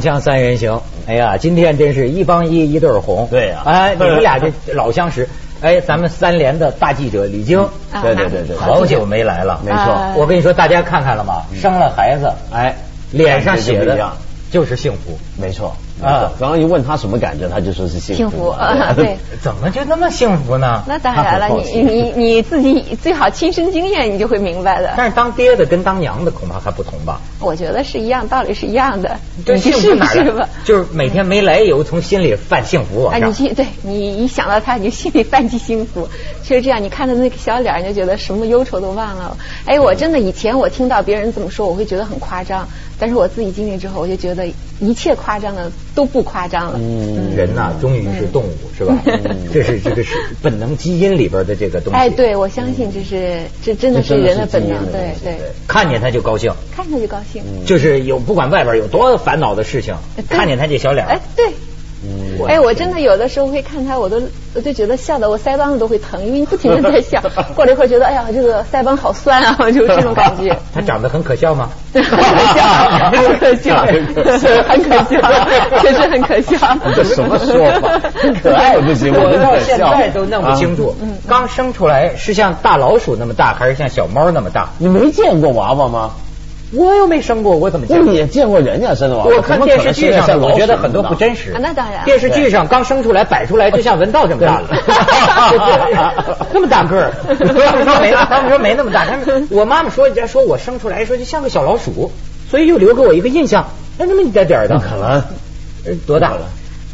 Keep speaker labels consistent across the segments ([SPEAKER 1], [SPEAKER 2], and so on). [SPEAKER 1] 上三人行，哎呀，今天真是一帮一，一对儿红。
[SPEAKER 2] 对呀
[SPEAKER 1] 哎，你们俩这老相识。哎，咱们三联的大记者李菁，
[SPEAKER 3] 啊
[SPEAKER 2] 对对对对，
[SPEAKER 1] 好久没来了，
[SPEAKER 2] 没错
[SPEAKER 3] 啊
[SPEAKER 1] 我跟你说，大家看看了吗？生了孩子，哎，脸上写
[SPEAKER 2] 嗯感觉就不一
[SPEAKER 1] 的
[SPEAKER 2] 样
[SPEAKER 1] 就是幸福。
[SPEAKER 2] 没错
[SPEAKER 1] 啊
[SPEAKER 2] 啊。刚刚一问他什么感觉，他就说是幸
[SPEAKER 3] 幸福
[SPEAKER 2] 福
[SPEAKER 3] 啊，对。
[SPEAKER 1] 怎么就那么幸福呢？
[SPEAKER 3] 那当然了，
[SPEAKER 2] 啊他很好
[SPEAKER 3] 你
[SPEAKER 2] 奇
[SPEAKER 3] 你你自己最好亲身经验，你就会明白的。
[SPEAKER 1] 但是当爹的跟当娘的恐怕还不同吧？
[SPEAKER 3] 我觉得是一样，道理是一样的。
[SPEAKER 1] 这
[SPEAKER 3] 你去
[SPEAKER 1] 幸
[SPEAKER 3] 试
[SPEAKER 1] 福
[SPEAKER 3] 吧
[SPEAKER 1] 哪
[SPEAKER 3] 试
[SPEAKER 1] 来
[SPEAKER 3] 吧
[SPEAKER 1] 的？。就是每天没来由从心里泛幸福
[SPEAKER 3] 啊，
[SPEAKER 1] 往
[SPEAKER 3] 你
[SPEAKER 1] 上。
[SPEAKER 3] 去，对你一想到他，你就心里泛起幸福。确实这样，你看他那个小脸儿，你就觉得什么忧愁都忘了。哎，我真的以前我听到别人这么说，我会觉得很夸张，但是我自己经历之后，我就觉得一切夸张的都不夸张了。
[SPEAKER 2] 嗯
[SPEAKER 1] 人呐、终于是动物，是吧？ 这是这个是本能基因里边的这个东西。
[SPEAKER 3] 哎，对，我相信这是这真的
[SPEAKER 2] 这
[SPEAKER 3] 是
[SPEAKER 2] 真的
[SPEAKER 3] 人
[SPEAKER 2] 是
[SPEAKER 3] 的本
[SPEAKER 2] 基因
[SPEAKER 3] 能，
[SPEAKER 2] 的嗯
[SPEAKER 3] 对
[SPEAKER 2] 东西
[SPEAKER 3] 对，
[SPEAKER 1] 看见他就高兴，
[SPEAKER 3] 看他就高兴。
[SPEAKER 1] 就是有不管外边有多烦恼的事情，
[SPEAKER 3] 对
[SPEAKER 1] 看见他这小脸儿
[SPEAKER 3] 哎，，对。
[SPEAKER 2] 嗯
[SPEAKER 3] 哎，我真的有的时候会看他，我都我就觉得笑得我腮帮子都会疼，因为你不停的在 笑，过了一会儿觉得哎呀，这个腮帮好酸啊， 就这种感 觉。
[SPEAKER 1] 他长得很可笑吗？
[SPEAKER 3] 很可笑，很可笑，很可笑，确实很可笑。
[SPEAKER 2] 你这什么说法？ 可爱 不行，
[SPEAKER 1] 我
[SPEAKER 2] 都
[SPEAKER 1] 到
[SPEAKER 2] 在
[SPEAKER 1] 现
[SPEAKER 2] 笑。
[SPEAKER 1] 在都弄不清
[SPEAKER 2] 啊。
[SPEAKER 1] 楚，刚生出来是像大老鼠那么大，还是像小猫那么大？
[SPEAKER 2] 你没见过娃娃吗？
[SPEAKER 1] 我又没生过，我怎么
[SPEAKER 2] 那
[SPEAKER 1] 见？
[SPEAKER 2] 你也见过人家生的娃娃？
[SPEAKER 1] 我看电视剧上的，
[SPEAKER 2] 怎么
[SPEAKER 1] 我
[SPEAKER 2] 嗯
[SPEAKER 1] 觉
[SPEAKER 2] 可能生得像老鼠
[SPEAKER 1] 得很多不真实
[SPEAKER 3] 啊。那当然
[SPEAKER 1] 电视剧上刚生出来摆出来就像文道这么大了， 那么大个儿。他们 说没，他们说没那么大。他们我妈妈说，人家说我生出来说就像个小老鼠，所以又留给我一个印象，哎那那么一点点儿的
[SPEAKER 2] 不，可能，
[SPEAKER 1] 呃多大了？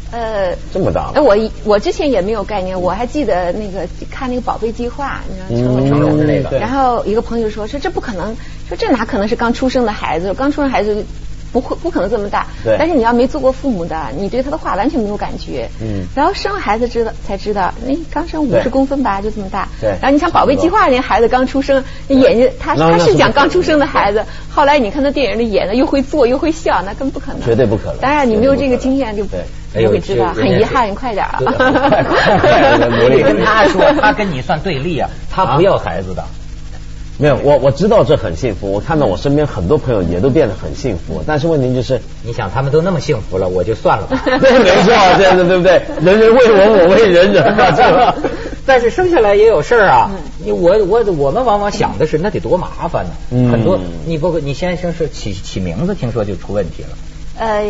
[SPEAKER 3] 呃，
[SPEAKER 2] 这么大
[SPEAKER 3] 哎，
[SPEAKER 2] 了。
[SPEAKER 3] 我一我之前也没有概念，我还记得那个看那个宝贝计划，你知道
[SPEAKER 2] 嗯
[SPEAKER 3] 成龙
[SPEAKER 1] 之类
[SPEAKER 3] 那
[SPEAKER 1] 的
[SPEAKER 3] 个，然后一个朋友说说这不可能，说这哪可能是刚出生的孩子，刚出生孩子不会不可能这么大
[SPEAKER 2] 对。
[SPEAKER 3] 但是你要没做过父母的，你对他的话完全没有感觉。
[SPEAKER 2] 嗯
[SPEAKER 3] 然后生了孩子知道才知道，哎，刚生五
[SPEAKER 2] 对
[SPEAKER 3] 十公分吧，就这么大。
[SPEAKER 2] 对
[SPEAKER 3] 然后你像宝贝计划那孩子刚出生，那眼睛他
[SPEAKER 2] 那
[SPEAKER 3] 他
[SPEAKER 2] 那
[SPEAKER 3] 是
[SPEAKER 2] 是
[SPEAKER 3] 讲
[SPEAKER 2] 不
[SPEAKER 3] 刚
[SPEAKER 2] 可
[SPEAKER 3] 出生的
[SPEAKER 2] 能的
[SPEAKER 3] 孩子，后来你看他电影里演的又会做又会笑，那更不可能。
[SPEAKER 2] 绝对不可能
[SPEAKER 3] 当然你没有这
[SPEAKER 2] 绝对不
[SPEAKER 3] 个
[SPEAKER 2] 可
[SPEAKER 3] 经
[SPEAKER 2] 能
[SPEAKER 3] 验就
[SPEAKER 2] 对
[SPEAKER 1] 哎呦
[SPEAKER 3] 不会知道，
[SPEAKER 1] 这
[SPEAKER 3] 很遗憾，你快点
[SPEAKER 1] 嗯
[SPEAKER 3] 啊！
[SPEAKER 2] 快快快点努力
[SPEAKER 1] 你跟 他说，他跟你算对立啊，他不要孩子的。
[SPEAKER 2] 没有，我我知道这很幸福。我看到我身边很多朋友也都变得很幸福，但是问题就是，
[SPEAKER 1] 你想他们都那么幸福了，我就算了吧。
[SPEAKER 2] 对，没错，这样子对不对？人人为我，我为人人嘛，这个。
[SPEAKER 1] 但是生下来也有事儿啊！你我我我们往往想的是那得多麻烦呢、
[SPEAKER 2] 嗯
[SPEAKER 1] 很多你包括你先生是起起名字，听说就出问题了。
[SPEAKER 3] 呃，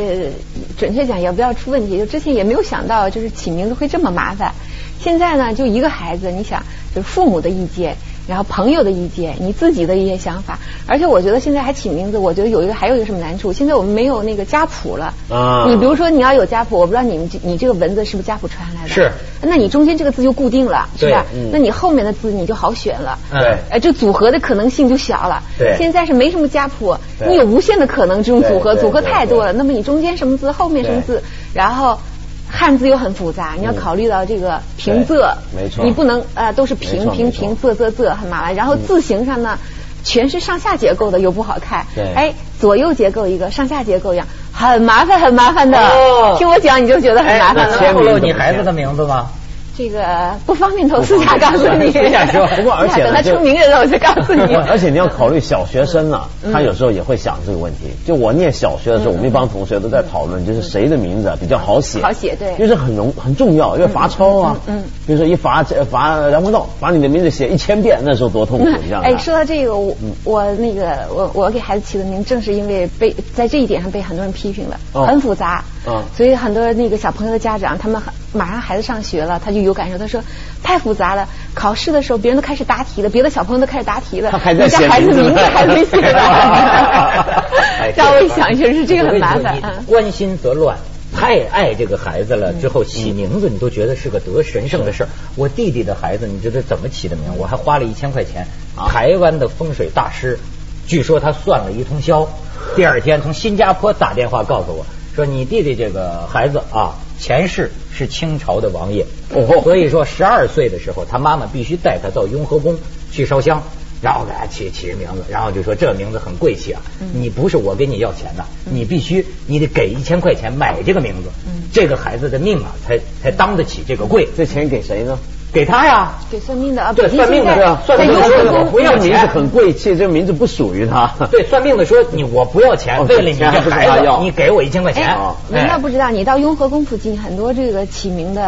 [SPEAKER 3] 准确讲也不要出问题，就之前也没有想到，就是起名字会这么麻烦。现在呢，就一个孩子，你想，就是父母的意见，然后朋友的意见，你自己的一些想法，而且我觉得现在还起名字，我觉得有一个还有一个什么难处，现在我们没有那个家谱了。
[SPEAKER 2] 啊
[SPEAKER 3] 你比如说你要有家谱，我不知道你们这你这个文字是不是家谱传来的？
[SPEAKER 1] 是。
[SPEAKER 3] 那你中间这个字就固定了，是吧？
[SPEAKER 2] 对嗯
[SPEAKER 3] 那你后面的字你就好选了。
[SPEAKER 2] 对
[SPEAKER 3] 哎，这组合的可能性就小了。
[SPEAKER 2] 对
[SPEAKER 3] 现在是没什么家谱，
[SPEAKER 2] 对
[SPEAKER 3] 你有无限的可能这种组合，
[SPEAKER 2] 对对
[SPEAKER 3] 组合
[SPEAKER 2] 对
[SPEAKER 3] 太多了。
[SPEAKER 2] 对
[SPEAKER 3] 那么你中间什么字，后面什么字，然后汉字又很复杂，你要考虑到这个
[SPEAKER 2] 嗯
[SPEAKER 3] 平仄，
[SPEAKER 2] 对没错
[SPEAKER 3] 你不能呃都是平
[SPEAKER 2] 没错
[SPEAKER 3] 平
[SPEAKER 2] 没错
[SPEAKER 3] 平仄仄仄，很麻烦。
[SPEAKER 2] 嗯
[SPEAKER 3] 然后字形上呢，全是上下结构的，又不好看。
[SPEAKER 2] 对
[SPEAKER 3] 哎，左右结构一个，上下结构一样，很麻烦，很麻烦的。
[SPEAKER 1] 哦
[SPEAKER 3] 听我讲你就觉得很麻烦
[SPEAKER 1] 哎那
[SPEAKER 3] 了。
[SPEAKER 2] 签
[SPEAKER 1] 透
[SPEAKER 2] 名
[SPEAKER 1] 露
[SPEAKER 2] 怎么
[SPEAKER 1] 你孩子
[SPEAKER 2] 签
[SPEAKER 1] 的名字吗？
[SPEAKER 3] 这个不方便投私下告诉你，啊
[SPEAKER 2] 私下说 不过而且呢
[SPEAKER 3] 等他
[SPEAKER 2] 就
[SPEAKER 3] 成名人了我再告 诉你。
[SPEAKER 2] 而且你要考虑小学生啊，他有时候也会想这个问题。就我念小学的时候，我们一帮同学都在讨论，就是谁的名字啊比较好写，
[SPEAKER 3] 好写对
[SPEAKER 2] 因为这很容很重要，因为罚抄啊，
[SPEAKER 3] 嗯嗯
[SPEAKER 2] 嗯
[SPEAKER 3] 嗯，
[SPEAKER 2] 比如说一罚这罚呃梁文道，把你的名字写一千遍，那时候多痛苦，啊你想想。
[SPEAKER 3] 哎，说到这个，我我那个我我给孩子起的名，正是因为被在这一点上被很多人批评了，
[SPEAKER 2] 哦
[SPEAKER 3] 很复杂，
[SPEAKER 2] 嗯
[SPEAKER 3] 所以很多那个小朋友的家长，他们很马上孩子上学了，他就有感受，他说太复杂了，考试的时候别人都开始答题了，别的小朋友都开始答题了，
[SPEAKER 2] 他还在
[SPEAKER 3] 你家
[SPEAKER 2] 写
[SPEAKER 3] 孩子
[SPEAKER 2] 名字
[SPEAKER 3] 名字
[SPEAKER 2] 呢
[SPEAKER 3] 还没 写呢，让我一想，确实是这个很麻烦
[SPEAKER 1] 你
[SPEAKER 3] 嗯
[SPEAKER 1] 关心则乱。太爱这个孩子了，之后起名字你都觉得是个得神圣的事儿。我弟弟的孩子，你知道怎么起的名？我还花了一千块钱。
[SPEAKER 2] 啊
[SPEAKER 1] 台湾的风水大师，据说他算了一通宵，第二天从新加坡打电话告诉我说，你弟弟这个孩子啊，前世是清朝的王爷，
[SPEAKER 2] 哦
[SPEAKER 1] 所以说十二岁的时候，他妈妈必须带他到雍和宫去烧香，然后给他起起个名字，然后就说这名字很贵气啊，
[SPEAKER 2] 嗯
[SPEAKER 1] 你不是我给你要钱的，你必须你得给一千块
[SPEAKER 2] 嗯
[SPEAKER 1] 钱买这个名字，这个孩子的命啊才才当得起这个贵，
[SPEAKER 2] 这钱给谁呢？
[SPEAKER 1] 给他呀。
[SPEAKER 3] 给算命的啊，
[SPEAKER 1] 对
[SPEAKER 3] 北京
[SPEAKER 1] 算命的
[SPEAKER 3] 现在
[SPEAKER 1] 对啊算命的
[SPEAKER 3] 在
[SPEAKER 1] 说
[SPEAKER 3] 雍
[SPEAKER 1] 的
[SPEAKER 3] 和
[SPEAKER 1] 我
[SPEAKER 3] 宫
[SPEAKER 1] 不要
[SPEAKER 2] 这个名字
[SPEAKER 1] 钱
[SPEAKER 2] 很贵气，这个名字不属于他。
[SPEAKER 1] 对，算命的说你我不要钱，
[SPEAKER 2] 嗯哦
[SPEAKER 1] 为了你这
[SPEAKER 2] 钱还不是
[SPEAKER 1] 孩
[SPEAKER 2] 他
[SPEAKER 1] 子
[SPEAKER 2] 要，
[SPEAKER 1] 你给我一千块钱。
[SPEAKER 3] 您
[SPEAKER 1] 哎
[SPEAKER 3] 倒不知道，你到雍和宫附近很多这个起名的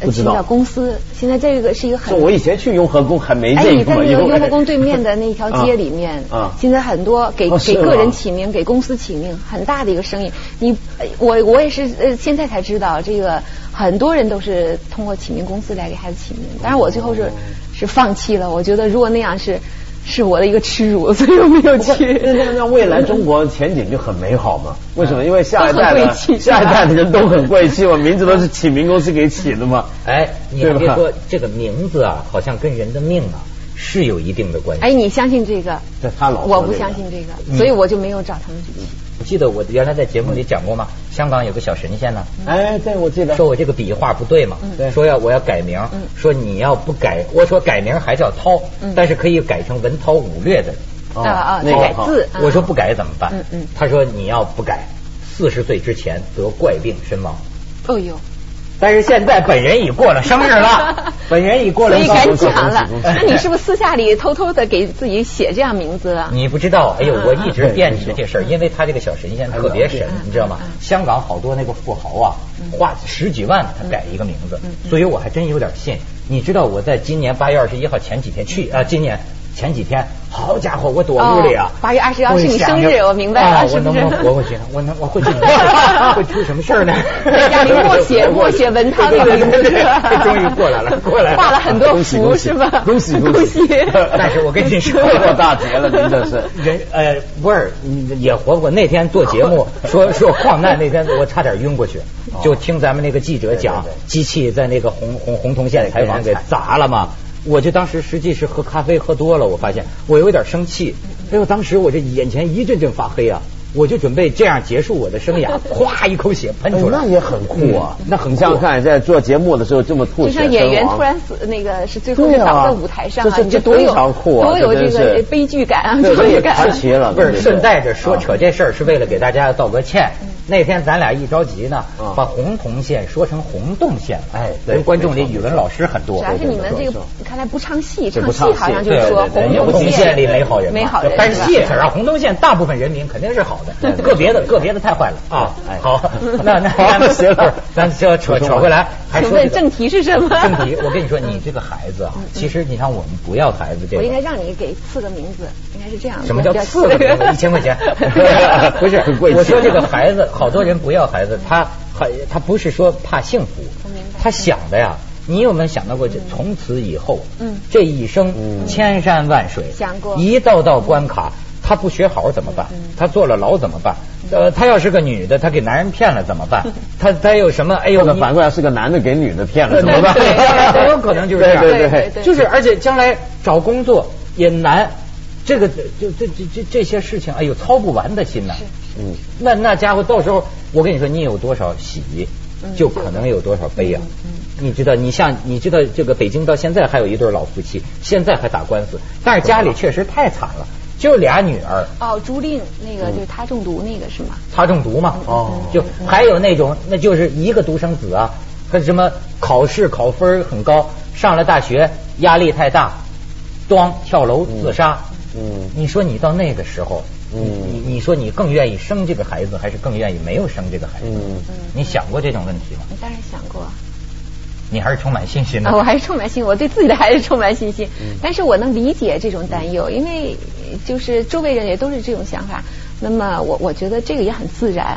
[SPEAKER 3] 呃
[SPEAKER 2] 不知
[SPEAKER 3] 起
[SPEAKER 2] 道
[SPEAKER 3] 名的公司，现在这个是一个
[SPEAKER 2] 是
[SPEAKER 3] 很。
[SPEAKER 2] 我以前去雍和宫还没
[SPEAKER 3] 哎，
[SPEAKER 2] 这
[SPEAKER 3] 你
[SPEAKER 2] 一
[SPEAKER 3] 在
[SPEAKER 2] 步呢，
[SPEAKER 3] 那个
[SPEAKER 2] 因为
[SPEAKER 3] 雍和宫对面的那条街里面，
[SPEAKER 2] 啊啊
[SPEAKER 3] 现在很多给、
[SPEAKER 2] 哦是
[SPEAKER 3] 给
[SPEAKER 2] 吗
[SPEAKER 3] 个人起名、给公司起名，很大的一个生意。你呃我我也是呃，现在才知道这个，很多人都是通过起名公司来给孩子起名。当然，我最后
[SPEAKER 2] 哦
[SPEAKER 3] 是、是放弃了。我觉得如果那样是是我的一个耻辱，所以我没有
[SPEAKER 2] 不过嗯
[SPEAKER 3] 去。
[SPEAKER 2] 那那那未来中国前景就很美好嘛？为什么？因为下一代
[SPEAKER 3] 都很
[SPEAKER 2] 的
[SPEAKER 3] 贵气
[SPEAKER 2] 下一代的人都很贵气嘛，名字都是起名公司给起的嘛。
[SPEAKER 1] 哎，你还
[SPEAKER 2] 对
[SPEAKER 1] 别
[SPEAKER 2] 吧
[SPEAKER 1] 说这个名字啊，好像跟人的命啊是有一定的关系。
[SPEAKER 3] 哎，你相信这个？
[SPEAKER 2] 对他老说
[SPEAKER 3] 我不
[SPEAKER 2] 这个
[SPEAKER 3] 相信这
[SPEAKER 2] 嗯
[SPEAKER 3] 个，所以我就没有找他们去起。
[SPEAKER 1] 我记得我原来在节目里讲过吗？香港有个小神仙呢，
[SPEAKER 2] 哎，对，我记得。
[SPEAKER 1] 说我这个笔画不对嘛，
[SPEAKER 2] 对
[SPEAKER 1] 说要我要改名，
[SPEAKER 3] 嗯
[SPEAKER 1] 说你要不改，我说改名还叫涛，
[SPEAKER 3] 嗯
[SPEAKER 1] 但是可以改成文韬武略的。
[SPEAKER 2] 哦
[SPEAKER 3] 啊啊，
[SPEAKER 2] 那个
[SPEAKER 3] 改
[SPEAKER 2] 好
[SPEAKER 3] 字。啊
[SPEAKER 1] 我说不改怎么办？
[SPEAKER 3] 嗯嗯
[SPEAKER 1] 他说你要不改，四十岁之前得怪病身亡。
[SPEAKER 3] 哦呦，
[SPEAKER 1] 但是现在本人已过了生日 了，本人已过了
[SPEAKER 3] 所
[SPEAKER 1] 生日。
[SPEAKER 2] 赶
[SPEAKER 3] 以赶
[SPEAKER 2] 紧
[SPEAKER 3] 巧了
[SPEAKER 2] 恭喜恭喜。
[SPEAKER 3] 那你是不是私下里偷偷的给自己写这样名字啊？
[SPEAKER 1] 你不知道，哎呦，我一直
[SPEAKER 2] 对
[SPEAKER 1] 惦记着这事儿，因为他这个小神仙特别神
[SPEAKER 3] 嗯，
[SPEAKER 1] 你知道吗
[SPEAKER 3] 嗯？
[SPEAKER 1] 香港好多那个富豪啊，花十几万他改一个名字
[SPEAKER 3] 嗯，嗯
[SPEAKER 1] 所以我还真有点信。你知道我在今年八月二十一号前几天去啊，今年前几天，好家伙，我躲屋里啊
[SPEAKER 3] 嗯哦。八月21号是你生日
[SPEAKER 1] 我想着
[SPEAKER 3] 我明白了
[SPEAKER 1] 啊
[SPEAKER 3] 是不
[SPEAKER 1] 我
[SPEAKER 3] 是
[SPEAKER 1] 能不能活 过去呢？我能，我会去，会出什么事儿呢？
[SPEAKER 3] 家里默 写默写文涛那个名
[SPEAKER 1] 对
[SPEAKER 3] 字
[SPEAKER 1] 对 对对，终于过来了，过来了。啊
[SPEAKER 3] 画了很多符
[SPEAKER 2] 恭喜
[SPEAKER 3] 是吧？
[SPEAKER 2] 恭喜
[SPEAKER 3] 恭
[SPEAKER 2] 恭喜！
[SPEAKER 3] 喜
[SPEAKER 1] 但是我跟你 说，
[SPEAKER 2] 破大劫了您这是
[SPEAKER 1] 人呃味儿嗯也活过。那天做节 目说说矿难那天，我差点晕过去，就听咱们那个记者讲
[SPEAKER 2] 哦对对对
[SPEAKER 1] 机器在那个红红红铜线
[SPEAKER 2] 对
[SPEAKER 1] 采访
[SPEAKER 2] 给
[SPEAKER 1] 给
[SPEAKER 2] 人踩
[SPEAKER 1] 砸了嘛。我就当时实际是喝咖啡喝多了，我发现我有点生气，哎呦，当时我这眼前一阵阵发黑啊，我就准备这样结束我的生 涯，哗一口血喷
[SPEAKER 2] 哎
[SPEAKER 1] 出来，
[SPEAKER 2] 那也很酷啊！
[SPEAKER 1] 嗯那很
[SPEAKER 2] 你想
[SPEAKER 1] 酷
[SPEAKER 2] 想。看，在做节目的时候这么吐
[SPEAKER 3] 就
[SPEAKER 2] 血
[SPEAKER 3] 像演员
[SPEAKER 2] 身亡
[SPEAKER 3] 突 然死，那个是最后是倒在舞台上啊，
[SPEAKER 2] 对啊这是
[SPEAKER 3] 你就多有
[SPEAKER 2] 这非常酷啊
[SPEAKER 3] 多有这
[SPEAKER 2] 这真
[SPEAKER 3] 个
[SPEAKER 2] 是
[SPEAKER 3] 悲剧感啊，
[SPEAKER 2] 对
[SPEAKER 3] 悲剧
[SPEAKER 2] 这也
[SPEAKER 3] 感
[SPEAKER 2] 太。奇了
[SPEAKER 1] 不是，
[SPEAKER 2] 对
[SPEAKER 1] 顺带着说
[SPEAKER 2] 啊嗯
[SPEAKER 1] 扯这事儿是为了给大家道个歉。那天咱俩一着急呢
[SPEAKER 2] 啊，
[SPEAKER 1] 把红铜线说成红洞线，哎，
[SPEAKER 2] 对
[SPEAKER 1] 人观众里
[SPEAKER 2] 没错
[SPEAKER 1] 语文老师很
[SPEAKER 3] 主
[SPEAKER 1] 多。
[SPEAKER 3] 要是你们这
[SPEAKER 2] 对对对
[SPEAKER 3] 个看来不唱戏，
[SPEAKER 2] 这
[SPEAKER 3] 唱
[SPEAKER 2] 不
[SPEAKER 3] 戏
[SPEAKER 2] 唱戏
[SPEAKER 3] 好像就是说
[SPEAKER 2] 对对
[SPEAKER 3] 红
[SPEAKER 2] 对
[SPEAKER 1] 红
[SPEAKER 3] 红
[SPEAKER 1] 铜线里没好人嘛，
[SPEAKER 3] 没好人，
[SPEAKER 1] 但是
[SPEAKER 3] 吧
[SPEAKER 1] 谢词儿啊，红铜线大部分人民肯定是好
[SPEAKER 2] 对
[SPEAKER 1] 的，
[SPEAKER 2] 对对
[SPEAKER 1] 个别的个别的太坏了啊
[SPEAKER 2] 哎。
[SPEAKER 1] 好，那那
[SPEAKER 2] 好
[SPEAKER 1] 那
[SPEAKER 2] 行了，
[SPEAKER 1] 咱就扯扯回来，还
[SPEAKER 3] 请
[SPEAKER 1] 说这
[SPEAKER 3] 问
[SPEAKER 1] 个
[SPEAKER 3] 正题是什么？
[SPEAKER 1] 正题，我跟 你说，你这个孩子啊，其实你看我们不要孩子这
[SPEAKER 3] 我
[SPEAKER 1] 个
[SPEAKER 3] 应，该让你给赐个名字，应该是这样的。
[SPEAKER 1] 什么叫
[SPEAKER 3] 比较
[SPEAKER 1] 次的名字？一千块 钱不是
[SPEAKER 2] 很贵气
[SPEAKER 1] 我说这个孩子，好多人不要孩子，他很他不是说怕幸福
[SPEAKER 3] 我明白，
[SPEAKER 1] 他想的呀。你有没有想到过，这从此以后，
[SPEAKER 3] 嗯
[SPEAKER 1] 这一生
[SPEAKER 2] 嗯
[SPEAKER 1] 千山万水，
[SPEAKER 3] 想过
[SPEAKER 1] 一道道关卡，他不学好怎么办
[SPEAKER 3] 嗯嗯？
[SPEAKER 1] 他坐了牢怎么办？呃，他要是个女的，他给男人骗了怎么 办？他他有什么？哎呦，
[SPEAKER 2] 或者
[SPEAKER 1] 你
[SPEAKER 2] 反过来是个男的给女的骗
[SPEAKER 1] 对
[SPEAKER 2] 了，怎么办？
[SPEAKER 1] 对对对都有可能就是这样
[SPEAKER 2] 对对
[SPEAKER 3] 对对
[SPEAKER 1] 就是而且将来找工作也难，这个就这这这这些事情，哎呦，操不完的心呐、
[SPEAKER 3] 是
[SPEAKER 2] 嗯，
[SPEAKER 1] 那那家伙到时候，我跟你说，你有多少喜
[SPEAKER 3] 嗯，
[SPEAKER 1] 就可能有多少悲啊。
[SPEAKER 3] 嗯
[SPEAKER 1] 你知道，你像你知道这个北京到现在还有一对老夫妻，现在还打官司，但是家里确实太惨了，就俩女儿，
[SPEAKER 3] 哦，朱令那
[SPEAKER 1] 嗯
[SPEAKER 3] 个就是他中毒那个是吗？
[SPEAKER 1] 他中毒嘛，
[SPEAKER 2] 哦
[SPEAKER 1] 就还有那种，那就是一个独生子啊，和什么考试考分很高，上了大学压力太大，咣跳楼自杀。
[SPEAKER 2] 嗯嗯
[SPEAKER 1] 你说你到那个时候，
[SPEAKER 2] 嗯
[SPEAKER 1] 你你你说你更愿意生这个孩子，还是更愿意没有生这个孩子？
[SPEAKER 2] 嗯
[SPEAKER 1] 你想过这种问题吗？
[SPEAKER 3] 当然想过啊，
[SPEAKER 1] 你还是充满信心的。
[SPEAKER 3] 哦
[SPEAKER 1] 嗯
[SPEAKER 3] 我还是充满信，我对自己的还是充满信心。但是我能理解这种担忧，因为呃就是周围人也都是这种想法。那么我我觉得这个也很自然。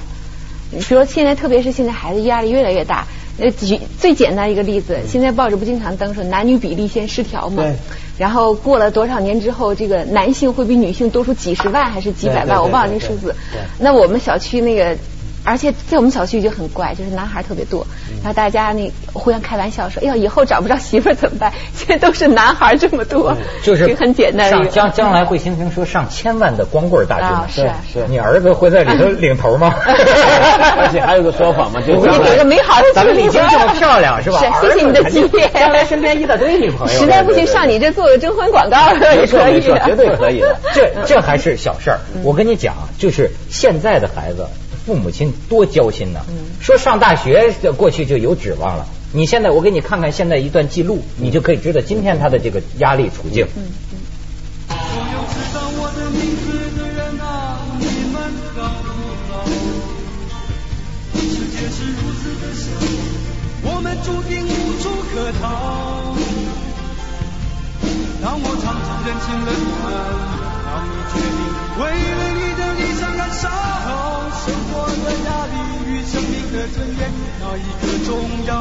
[SPEAKER 3] 你比如说现在，特别是现在孩子压力越来越大。呃，举最简单一个例子，
[SPEAKER 1] 嗯
[SPEAKER 3] 现在报纸不经常登说男女比例先失调嘛
[SPEAKER 2] 对，
[SPEAKER 3] 然后过了多少年之后，这个男性会比女性多出几十万还是几百
[SPEAKER 2] 对对对
[SPEAKER 3] 万，我忘了
[SPEAKER 2] 对
[SPEAKER 3] 那
[SPEAKER 2] 对
[SPEAKER 3] 数字
[SPEAKER 2] 对。
[SPEAKER 3] 那我们小区那个，而且在我们小区就很怪，就是男孩特别多，
[SPEAKER 2] 嗯
[SPEAKER 3] 然后大家那互相开玩笑说：“哎呦，以后找不着媳妇儿怎么办？” 现在都是男孩这么多，
[SPEAKER 2] 嗯
[SPEAKER 1] 就是
[SPEAKER 3] 很简单的
[SPEAKER 1] 上
[SPEAKER 3] 一个嗯
[SPEAKER 1] 将将来会形成说上千万的光棍大军
[SPEAKER 3] 啊是啊嗯
[SPEAKER 2] 是
[SPEAKER 1] 你儿子会在里头领头 吗？
[SPEAKER 2] 而且还有个说法嘛，就
[SPEAKER 1] 我给
[SPEAKER 2] 将
[SPEAKER 1] 你
[SPEAKER 2] 来
[SPEAKER 1] 一
[SPEAKER 3] 个美好的
[SPEAKER 1] 咱们
[SPEAKER 3] 祝福
[SPEAKER 1] 已经这么漂亮是吧？
[SPEAKER 3] 是谢谢你的激
[SPEAKER 1] 激
[SPEAKER 3] 烈
[SPEAKER 1] 烈，将来身边一大堆女朋友。
[SPEAKER 3] 实在不行，上你这做个征婚广告也
[SPEAKER 2] 没错
[SPEAKER 3] 可以啊
[SPEAKER 2] 没错绝
[SPEAKER 3] 嗯的，
[SPEAKER 2] 对可以 的。
[SPEAKER 1] 这这还是小事儿。我跟你讲，就是现
[SPEAKER 3] 嗯
[SPEAKER 1] 在的孩子，父母亲多交心呢。说上大学过去就有指望了，你现在我给你看看现在一段记录，
[SPEAKER 3] 嗯
[SPEAKER 1] 你就可以知道今天他的这个压力处境。
[SPEAKER 4] 所有知道我的名字的人啊，你们高不高？世界是如此的小，我们注定无处可逃。当我尝尽人情冷暖，当你决定为了你的理想燃烧，生活的压力与生命的尊严，哪一个重要？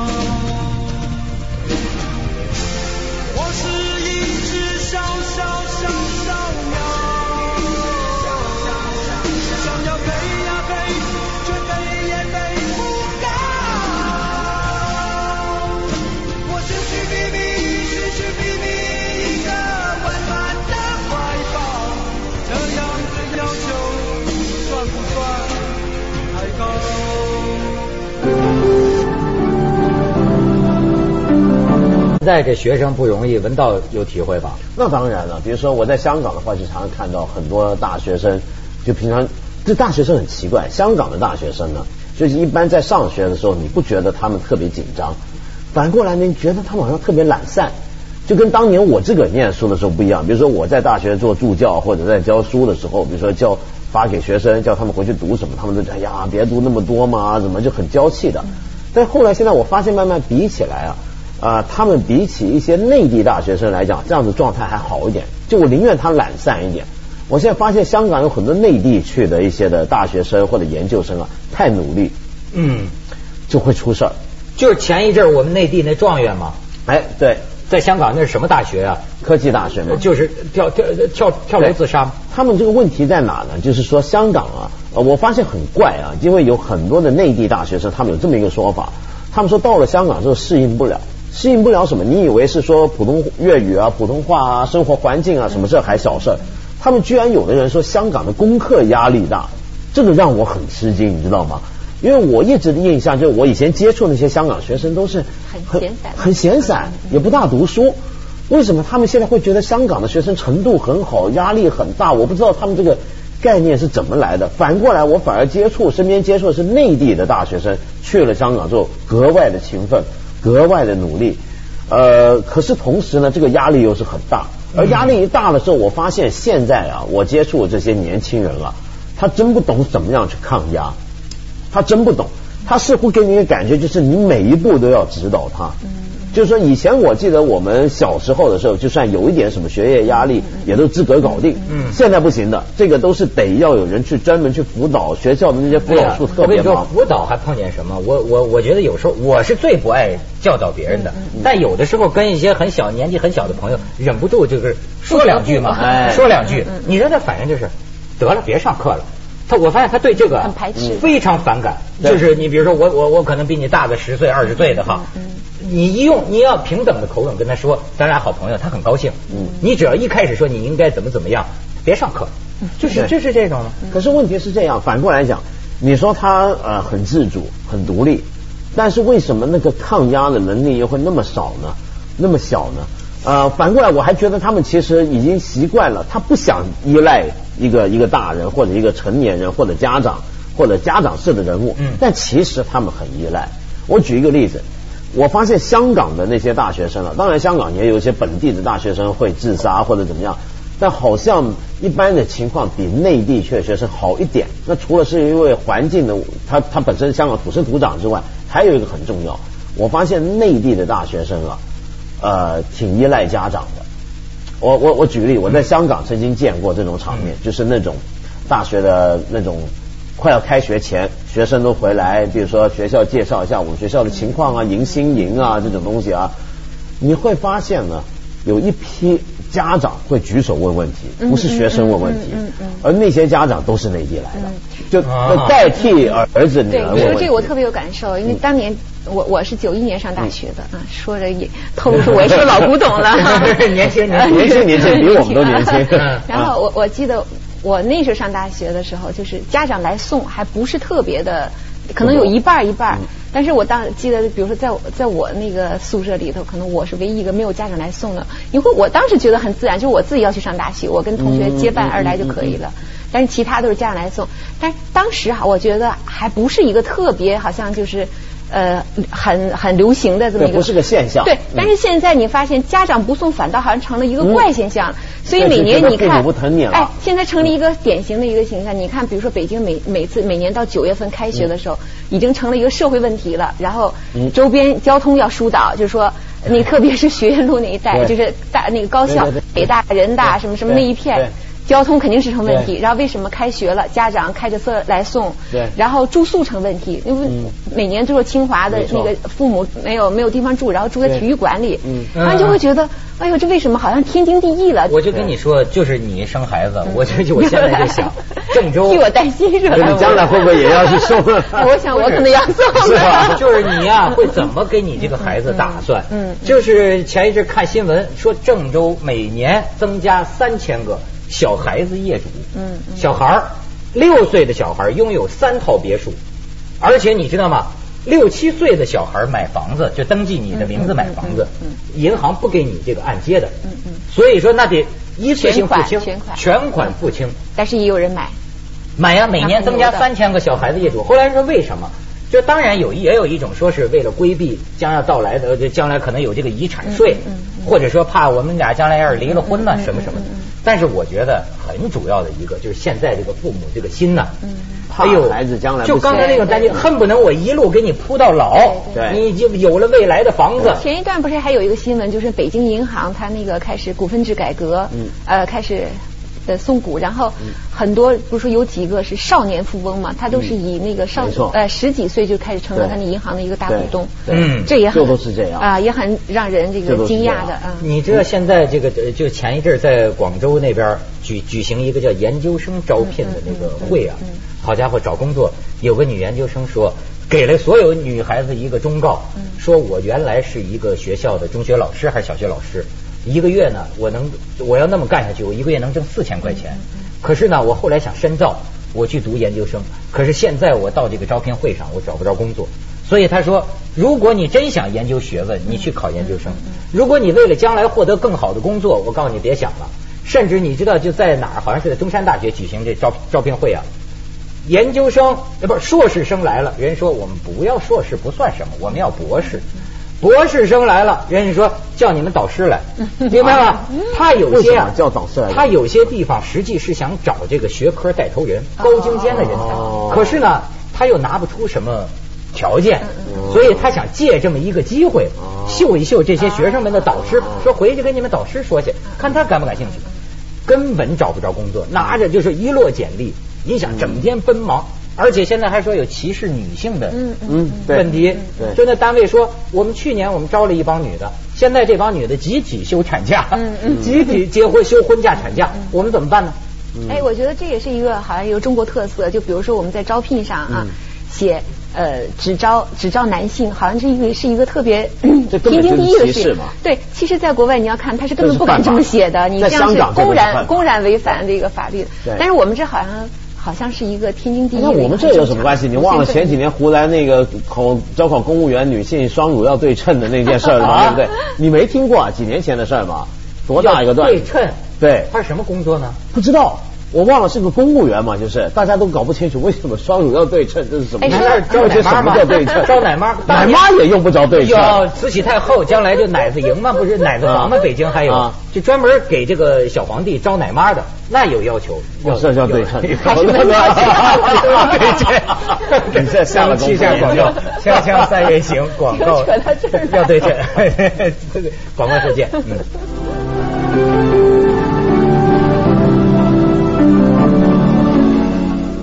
[SPEAKER 4] 我是一只小小小小鸟，想要飞呀飞，却飞也飞不高。我寻寻觅觅，寻寻觅觅一个温暖的怀抱，这样的要求算不算太高？
[SPEAKER 1] 现在这学生不容易，文道有体会吧？
[SPEAKER 2] 那当然了，比如说我在香港的话，就常常看到很多大学生，就平常这大学生很奇怪，香港的大学生呢，就是一般在上学的时候，你不觉得他们特别紧张，反过来呢，你觉得他们好像特别懒散。就跟当年我自个儿念书的时候不一样，比如说我在大学做助教或者在教书的时候，比如说教发给学生叫他们回去读什么，他们都觉得哎呀别读那么多嘛，怎么就很娇气的。但后来现在我发现慢慢比起来啊，啊，他们比起一些内地大学生来讲，这样的状态还好一点。就我宁愿他懒散一点。我现在发现香港有很多内地去的一些的大学生或者研究生啊，太努力
[SPEAKER 1] 嗯，
[SPEAKER 2] 就会出事儿。
[SPEAKER 1] 就是前一阵儿我们内地那状元嘛，
[SPEAKER 2] 哎，对，
[SPEAKER 1] 在香港那是什么大学啊？
[SPEAKER 2] 科技大学嘛，
[SPEAKER 1] 就是跳跳跳跳楼自杀。
[SPEAKER 2] 他们这个问题在哪呢？就是说香港啊，呃我发现很怪啊，因为有很多的内地大学生，他们有这么一个说法，他们说到了香港之后适应不了，适应不了什么？你以为是说普通粤语啊、普通话啊、生活环境啊什么事儿还小事儿，他们居然有的人说香港的功课压力大，这个让我很吃惊，你知道吗？因为我一直的印象就是我以前接触那些香港学生都是
[SPEAKER 3] 很闲散
[SPEAKER 2] 很闲散，也不大读书。为什么他们现在会觉得香港的学生程度很好，压力很大？我不知道他们这个概念是怎么来的。反过来，我反而接触身边接触的是内地的大学生，去了香港之后格外的勤奋，格外的努力。呃，可是同时呢，这个压力又是很大。而压力一大的时候，我发现现在啊，我接触这些年轻人啊，他真不懂怎么样去抗压。他真不懂，他似乎给你一个感觉就是你每一步都要指导他。
[SPEAKER 1] 嗯
[SPEAKER 2] 就是说以前我记得我们小时候的时候，就算有一点什么学业压力，也都自个儿搞定。
[SPEAKER 1] 嗯
[SPEAKER 2] 现在不行的，这个都是得要有人去专门去辅导，学校的那些辅导处特
[SPEAKER 1] 哎啊我跟
[SPEAKER 2] 别
[SPEAKER 1] 你说
[SPEAKER 2] 忙，。
[SPEAKER 1] 辅导还碰见什么？我我我觉得有时候我是最不爱教导别人的，
[SPEAKER 2] 嗯
[SPEAKER 1] 但有的时候跟一些很小年纪很小的朋友忍不住就是说两句嘛，哎
[SPEAKER 3] 不得
[SPEAKER 2] 不
[SPEAKER 1] 说两句，
[SPEAKER 2] 嗯
[SPEAKER 1] 你知道他反应就是得了，别上课了。他我发现他对这个
[SPEAKER 3] 很排斥
[SPEAKER 1] 非常反感。
[SPEAKER 2] 嗯对嗯
[SPEAKER 1] 就是你比如说我我我可能比你大个十岁二十岁的哈，你一用你要平等的口吻跟他说，咱俩好朋友，他很高兴。
[SPEAKER 2] 嗯
[SPEAKER 1] 你只要一开始说你应该怎么怎么样，别上课，就是
[SPEAKER 2] 嗯对
[SPEAKER 1] 就是 这种。
[SPEAKER 2] 可是问题是这样，反过来讲，你说他呃很自主、很独立，但是为什么那个抗压的能力又会那么少呢？那么小呢？呃，反过来我还觉得他们其实已经习惯了，他不想依赖一个一个大人或者一个成年人或者家长或者家长式的人物，
[SPEAKER 1] 嗯
[SPEAKER 2] 但其实他们很依赖。我举一个例子。我发现香港的那些大学生啊，当然香港也有一些本地的大学生会自杀或者怎么样，但好像一般的情况比内地去的学生好一点。那除了是因为环境的，他他本身香港土生土长之外，还有一个很重要，我发现内地的大学生啊，呃，挺依赖家长的。我我我举个例，我在香港曾经见过这种场
[SPEAKER 3] 嗯
[SPEAKER 2] 面，就是那种大学的那种快要开学前，学生都回来，比如说学校介绍一下我们学校的情况
[SPEAKER 3] 嗯
[SPEAKER 2] 啊，迎新营啊这种东西啊，你会发现呢，有一批家长会举手问问题，
[SPEAKER 3] 嗯
[SPEAKER 2] 不是学生问问题，而那些家长都是内地来的，就
[SPEAKER 1] 啊，
[SPEAKER 2] 代替儿儿子女
[SPEAKER 3] 嗯对，
[SPEAKER 2] 儿
[SPEAKER 3] 你
[SPEAKER 2] 问
[SPEAKER 3] 说
[SPEAKER 2] 问
[SPEAKER 3] 这
[SPEAKER 2] 题
[SPEAKER 3] 个我特别有感受，因为
[SPEAKER 2] 嗯
[SPEAKER 3] 当年我我是九一年上大学的啊，说着也透露出我也是个老古董 了
[SPEAKER 1] 年轻年
[SPEAKER 2] 轻年 轻年轻比我们都年轻啊
[SPEAKER 1] 嗯
[SPEAKER 3] 然后我我记得我那时候上大学的时候，就是家长来送，还不是特别的，可能有一半儿一
[SPEAKER 2] 嗯
[SPEAKER 3] 半儿。但是我当记得，比如说在我在我那个宿舍里头，可能我是唯一一个没有家长来送的。因为我当时觉得很自然，就是我自己要去上大学，我跟
[SPEAKER 2] 嗯
[SPEAKER 3] 同学结伴而来就可以了。但是其他都是家长来送。但是当时哈，我觉得还不是一个特别，好像就是呃很很流行的这么一
[SPEAKER 2] 对
[SPEAKER 3] 个，
[SPEAKER 2] 不是个现象
[SPEAKER 3] 对
[SPEAKER 2] 嗯，
[SPEAKER 3] 但是现在你发现家长不送反倒好像成了一个怪现象，所以
[SPEAKER 2] 对
[SPEAKER 3] 每
[SPEAKER 2] 就觉
[SPEAKER 3] 年
[SPEAKER 2] 得
[SPEAKER 3] 你
[SPEAKER 2] 父
[SPEAKER 3] 看，
[SPEAKER 2] 母不疼你了
[SPEAKER 3] 哎，现在成了一个典型的一个形象。你看，比如说北京每每次每年到九月份开学的时候，已经成了一个社会问题了。然后
[SPEAKER 2] 嗯
[SPEAKER 3] 周边交通要疏导，就是说你特别是学院路那一带，
[SPEAKER 2] 对
[SPEAKER 3] 就是大那个高校
[SPEAKER 2] 对对对，
[SPEAKER 3] 北大、人大什么什么那一
[SPEAKER 2] 对
[SPEAKER 3] 片
[SPEAKER 2] 对。
[SPEAKER 3] 交通肯定是成问题，
[SPEAKER 2] 对
[SPEAKER 3] 然后为什么开学了，家长开着车来送，
[SPEAKER 2] 对
[SPEAKER 3] 然后住宿成问题，因为
[SPEAKER 2] 嗯
[SPEAKER 3] 每年就是清华的
[SPEAKER 2] 没
[SPEAKER 3] 那
[SPEAKER 2] 错
[SPEAKER 3] 个父母没有没有地方住，然后住在
[SPEAKER 2] 对
[SPEAKER 3] 体育馆里，
[SPEAKER 2] 嗯
[SPEAKER 3] 然后就会觉得，哎呦，这为什么好像天经地义了？
[SPEAKER 1] 我就跟你说，就是你生孩子，我就我现在就 想，郑州
[SPEAKER 3] 替我担心是吧？
[SPEAKER 2] 你将来会不会也要去 送？
[SPEAKER 3] 我想我可能要送
[SPEAKER 2] 是吧
[SPEAKER 1] 就是你呀、会怎么给你这个孩子打算？
[SPEAKER 3] 嗯嗯嗯
[SPEAKER 1] 就是前一阵看新闻说，郑州每年增加三千个小孩子业主。
[SPEAKER 3] 嗯嗯
[SPEAKER 1] 小孩儿六岁的小孩儿拥有三套别墅，而且你知道吗？六七岁的小孩儿买房子，就登记你的名字买房子，
[SPEAKER 3] 嗯嗯嗯
[SPEAKER 1] 银行不给你这个按揭的，
[SPEAKER 3] 嗯嗯
[SPEAKER 1] 所以说那得一次性付清，
[SPEAKER 3] 全款
[SPEAKER 1] 全款付清。
[SPEAKER 3] 但是也有人买，
[SPEAKER 1] 买呀，每年增加
[SPEAKER 3] 那很
[SPEAKER 1] 三千个小孩子业主。后来说为什么？就当然有一也有一种说是为了规避将要到来的，呃就将来可能有这个遗产税
[SPEAKER 3] 嗯嗯嗯，
[SPEAKER 1] 或者说怕我们俩将来要是离了婚呢
[SPEAKER 3] 嗯嗯
[SPEAKER 1] 什么什么的
[SPEAKER 3] 嗯嗯嗯。
[SPEAKER 1] 但是我觉得很主要的一个就是现在这个父母这个心呐哎
[SPEAKER 3] 嗯，
[SPEAKER 2] 怕孩子将来不
[SPEAKER 1] 就刚才那
[SPEAKER 2] 幸
[SPEAKER 1] 种担心，恨不能我一路给你铺到老，
[SPEAKER 2] 对对
[SPEAKER 1] 你就有了未来的房
[SPEAKER 2] 嗯
[SPEAKER 1] 子。
[SPEAKER 3] 前一段不是还有一个新闻，就是北京银行它那个开始股份制改革，
[SPEAKER 2] 嗯
[SPEAKER 3] 呃，开始呃送股，然后很多不是说有几个是少年富翁嘛，他都是以那个少、
[SPEAKER 2] 没错
[SPEAKER 3] 呃十几岁就开始成了
[SPEAKER 2] 对
[SPEAKER 3] 他那银行的一个大股东，
[SPEAKER 2] 对
[SPEAKER 1] 嗯
[SPEAKER 3] 这也很
[SPEAKER 2] 这都是这样
[SPEAKER 3] 啊、也很让人这
[SPEAKER 2] 这
[SPEAKER 3] 个
[SPEAKER 2] 都是
[SPEAKER 3] 惊
[SPEAKER 2] 这
[SPEAKER 3] 讶
[SPEAKER 2] 样
[SPEAKER 3] 的啊。嗯
[SPEAKER 1] 你知道现在这个呃就前一阵儿在广州那边儿举举行一个叫研究生招聘的那个会啊
[SPEAKER 3] 嗯嗯嗯嗯，
[SPEAKER 1] 好家伙，找工作有个女研究生说，给了所有女孩子一个忠告，
[SPEAKER 3] 嗯
[SPEAKER 1] 说我原来是一个学校的中学老师还是小学老师，一个月呢我能我要那么干下去，我一个月能挣四千块钱，可是呢我后来想深造，我去读研究生，可是现在我到这个招聘会上我找不着工作，所以他说，如果你真想研究学问，你去考研究生；如果你为了将来获得更好的工作，我告诉你别想了。甚至你知道就在哪儿，好像是在中山大学举行这招招聘会啊。研究生呃不是硕士生来了，人说我们不要硕士不算什么，我们要博士。博士生来了，人家说叫你们导师来，明白吗？他有些啊
[SPEAKER 2] 为什么叫导师来
[SPEAKER 1] 他有些地方实际是想找这个学科带头人、高精尖的人才，
[SPEAKER 2] 哦
[SPEAKER 1] 可是呢，他又拿不出什么条件，所以他想借这么一个机会
[SPEAKER 2] 哦
[SPEAKER 1] 秀一秀这些学生们的导师，说回去跟你们导师说去，看他感不感兴趣。根本找不着工作，拿着就是一摞简历，你想整天奔忙，而且现在还说有歧视女性的
[SPEAKER 3] 嗯嗯
[SPEAKER 2] 嗯，对
[SPEAKER 1] 问题。
[SPEAKER 2] 对
[SPEAKER 1] 就那单位说，我们去年我们招了一帮女的，现在这帮女的集体休产假，
[SPEAKER 3] 嗯嗯
[SPEAKER 1] 集体结婚休婚假产假，我们怎么办呢？
[SPEAKER 2] 嗯
[SPEAKER 3] 哎，我觉得这也是一个好像有中国特色，就比如说我们在招聘上
[SPEAKER 2] 嗯
[SPEAKER 3] 啊，写呃只招只招男性，好像是一个是一个特别
[SPEAKER 2] 这
[SPEAKER 3] 天
[SPEAKER 2] 根本
[SPEAKER 3] 经地义
[SPEAKER 2] 就是
[SPEAKER 3] 的
[SPEAKER 2] 歧
[SPEAKER 3] 事
[SPEAKER 2] 视
[SPEAKER 3] 情
[SPEAKER 2] 嘛。
[SPEAKER 3] 对，其实，在国外你要看，他是
[SPEAKER 2] 这
[SPEAKER 3] 根本
[SPEAKER 2] 是
[SPEAKER 3] 不敢
[SPEAKER 2] 犯
[SPEAKER 3] 这
[SPEAKER 2] 法
[SPEAKER 3] 么写的，你
[SPEAKER 2] 在
[SPEAKER 3] 这样
[SPEAKER 2] 香
[SPEAKER 3] 是
[SPEAKER 2] 港这
[SPEAKER 3] 公
[SPEAKER 2] 个是
[SPEAKER 3] 然
[SPEAKER 2] 犯法
[SPEAKER 3] 公然违反这个法律的
[SPEAKER 2] 对。
[SPEAKER 3] 但是我们这好像好像是一个天经地义的
[SPEAKER 2] 哎那
[SPEAKER 3] 一个正常。
[SPEAKER 2] 我们这有什么关系？你忘了前几年湖南那个考招考公务员女性双乳要对称的那件事儿了 吗？
[SPEAKER 1] 啊
[SPEAKER 2] 对不对？你没听过啊？几年前的事儿吗？多大一个段？
[SPEAKER 1] 对称，
[SPEAKER 2] 对，
[SPEAKER 1] 它是什么工作呢？
[SPEAKER 2] 不知道，我忘了是个公务员嘛，就是大家都搞不清楚为什么双乳要对称，这是什么？
[SPEAKER 3] 哎
[SPEAKER 1] 你
[SPEAKER 3] 说
[SPEAKER 1] 那是
[SPEAKER 3] 到
[SPEAKER 1] 招
[SPEAKER 2] 这
[SPEAKER 1] 奶
[SPEAKER 2] 什
[SPEAKER 1] 妈
[SPEAKER 2] 么
[SPEAKER 1] 吗
[SPEAKER 2] 叫对称？？
[SPEAKER 1] 招奶妈，
[SPEAKER 2] 奶妈也用不着对称。
[SPEAKER 1] 要慈禧太后将来就奶子营嘛，不是奶子房嘛？
[SPEAKER 2] 啊
[SPEAKER 1] 北京还有
[SPEAKER 2] 啊，
[SPEAKER 1] 就专门给这个小皇帝招奶妈的，那有要求，
[SPEAKER 2] 我这叫哦 对称，
[SPEAKER 1] 还是没要 求。
[SPEAKER 2] 你这下了功夫
[SPEAKER 1] 气象广告，锵锵三人 行广告
[SPEAKER 3] 扯到这儿来
[SPEAKER 1] 要对称，这个广告时嗯间，嗯。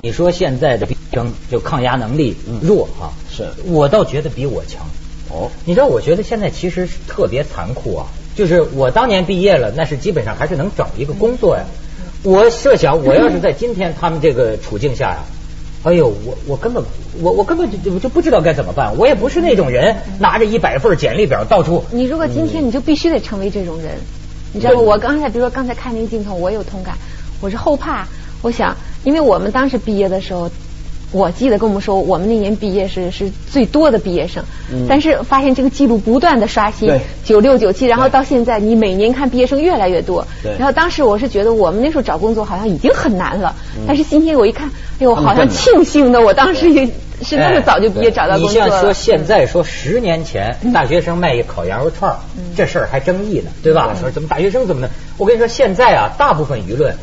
[SPEAKER 1] 你说现在的医生就抗压能力弱啊，
[SPEAKER 2] 嗯是
[SPEAKER 1] 我倒觉得比我强。
[SPEAKER 2] 哦，
[SPEAKER 1] 你知道，我觉得现在其实是特别残酷啊。就是我当年毕业了，那是基本上还是能找一个工作呀。我设想，我要是在今天他们这个处境下呀，哎呦，我我根本我我根本就就就不知道该怎么办。我也不是那种人拿着一百份简历表到处
[SPEAKER 3] 你如果今天你就必须得成为这种人，
[SPEAKER 2] 嗯
[SPEAKER 3] 你知道吗？我刚才比如说刚才看那个镜头，我有同感，我是后怕。我想，因为我们当时毕业的时候，我记得跟我们说，我们那年毕业是是最多的毕业生，但是发现这个记录不断的刷新
[SPEAKER 2] 嗯对，
[SPEAKER 3] 九六九七，然后到现在你每年看毕业生越来越多
[SPEAKER 2] 对。
[SPEAKER 3] 然后当时我是觉得我们那时候
[SPEAKER 2] 嗯
[SPEAKER 3] 找工作好像已经很难了，但是今天我一看，哎呦，好像庆幸的，我当时也是那么早就毕业
[SPEAKER 2] 哎
[SPEAKER 3] 找到
[SPEAKER 1] 你
[SPEAKER 3] 工作
[SPEAKER 1] 像
[SPEAKER 3] 了？嗯
[SPEAKER 1] 说现在说十年前大学生卖一烤羊肉串儿
[SPEAKER 3] 嗯
[SPEAKER 1] 这事儿还争议呢，对吧？说怎么大学生怎么能？我跟你说，现在啊，大部分舆论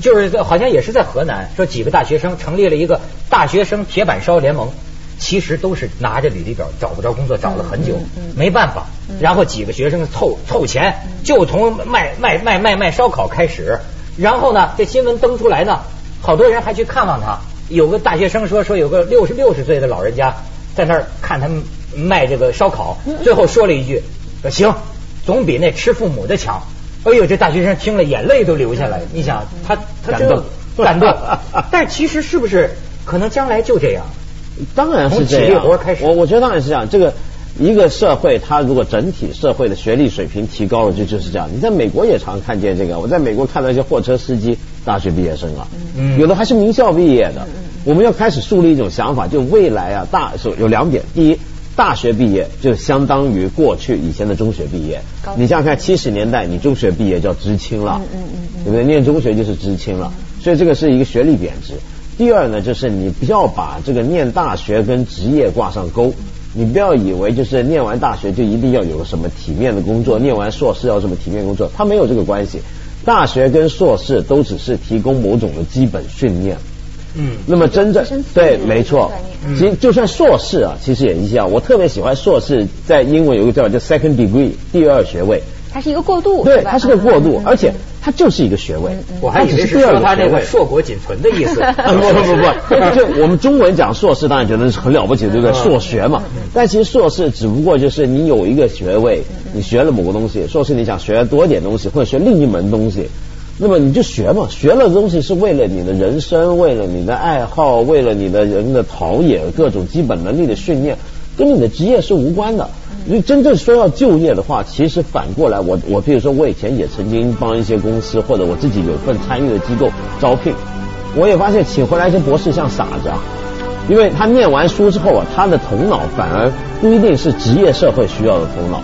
[SPEAKER 1] 就是在好像也是在河南，说几个大学生成立了一个大学生铁板烧联盟。其实都是拿着履历表找不着工作，找了很久，
[SPEAKER 3] 嗯嗯
[SPEAKER 1] 没办法。然后几个学生凑凑钱，就从卖卖卖卖卖烧烤开始。然后呢，这新闻登出来呢，好多人还去看望他。有个大学生说说有个六十六十岁的老人家在那儿看他们卖这个烧烤，最后说了一句：“说行，总比那吃父母的强。”哎呦，这大学生听了眼泪都流下来。你想，他他真的
[SPEAKER 2] 感动
[SPEAKER 1] 感动但其实是不是可能将来就这样？
[SPEAKER 2] 当然是这
[SPEAKER 1] 从体力
[SPEAKER 2] 样。
[SPEAKER 1] 活开始
[SPEAKER 2] 我我觉得当然是这样。这个一个社会，它如果整体社会的学历水平提高了，就就是这样。你在美国也常看见这个，我在美国看到一些货车司机，大学毕业生啊，
[SPEAKER 1] 嗯
[SPEAKER 2] 有的还是名校毕业的。我们要开始树立一种想法，就未来啊，大所有两点，第一。大学毕业就相当于过去以前的中学毕业
[SPEAKER 3] 高，中
[SPEAKER 2] 你想想看，七十年代你中学毕业叫知青了，
[SPEAKER 3] 嗯嗯嗯嗯
[SPEAKER 2] 啊对不对？念中学就是知青了，所以这个是一个学历贬值。第二呢，就是你不要把这个念大学跟职业挂上钩，你不要以为就是念完大学就一定要有什么体面的工作，念完硕士要什么体面工作，它没有这个关系。大学跟硕士都只是提供某种的基本训练。
[SPEAKER 1] 嗯
[SPEAKER 2] 那么真正
[SPEAKER 3] 学生
[SPEAKER 2] 对，
[SPEAKER 3] 思维
[SPEAKER 2] 没错
[SPEAKER 3] 锻
[SPEAKER 1] 炼。
[SPEAKER 2] 其实就算硕士啊，其实也一样。我特别喜欢硕士，在英文有一个叫叫 second degree 第二学位，
[SPEAKER 3] 它是一个过渡，
[SPEAKER 2] 对，
[SPEAKER 3] 是吧
[SPEAKER 2] 它是个过渡
[SPEAKER 3] 嗯，
[SPEAKER 2] 而且它就是一个学位。
[SPEAKER 1] 我还以为是说他这个硕果仅存的意 思。
[SPEAKER 2] 啊 不不不 不，就我们中文讲硕士，当然觉得是很了不起，对不对？
[SPEAKER 1] 嗯
[SPEAKER 2] 硕学嘛，但其实硕士只不过就是你有一个学位，
[SPEAKER 1] 嗯
[SPEAKER 2] 你学了某个东西，硕士你想学多一点东西，或者学另一门东西。那么你就学嘛，学了东西是为了你的人生，为了你的爱好，为了你的人的陶冶，各种基本能力的训练，跟你的职业是无关的。
[SPEAKER 1] 嗯
[SPEAKER 2] 因为真正说要就业的话，其实反过来，我我譬如说，我以前也曾经帮一些公司或者我自己有份参与的机构招聘，我也发现请回来一些博士像傻子啊，因为他念完书之后啊，他的头脑反而不一定是职业社会需要的头脑。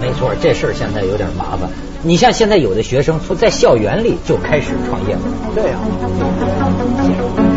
[SPEAKER 1] 没错，这事儿现在有点麻烦。你像现在有的学生从在校园里就开始创业了。
[SPEAKER 2] 对啊。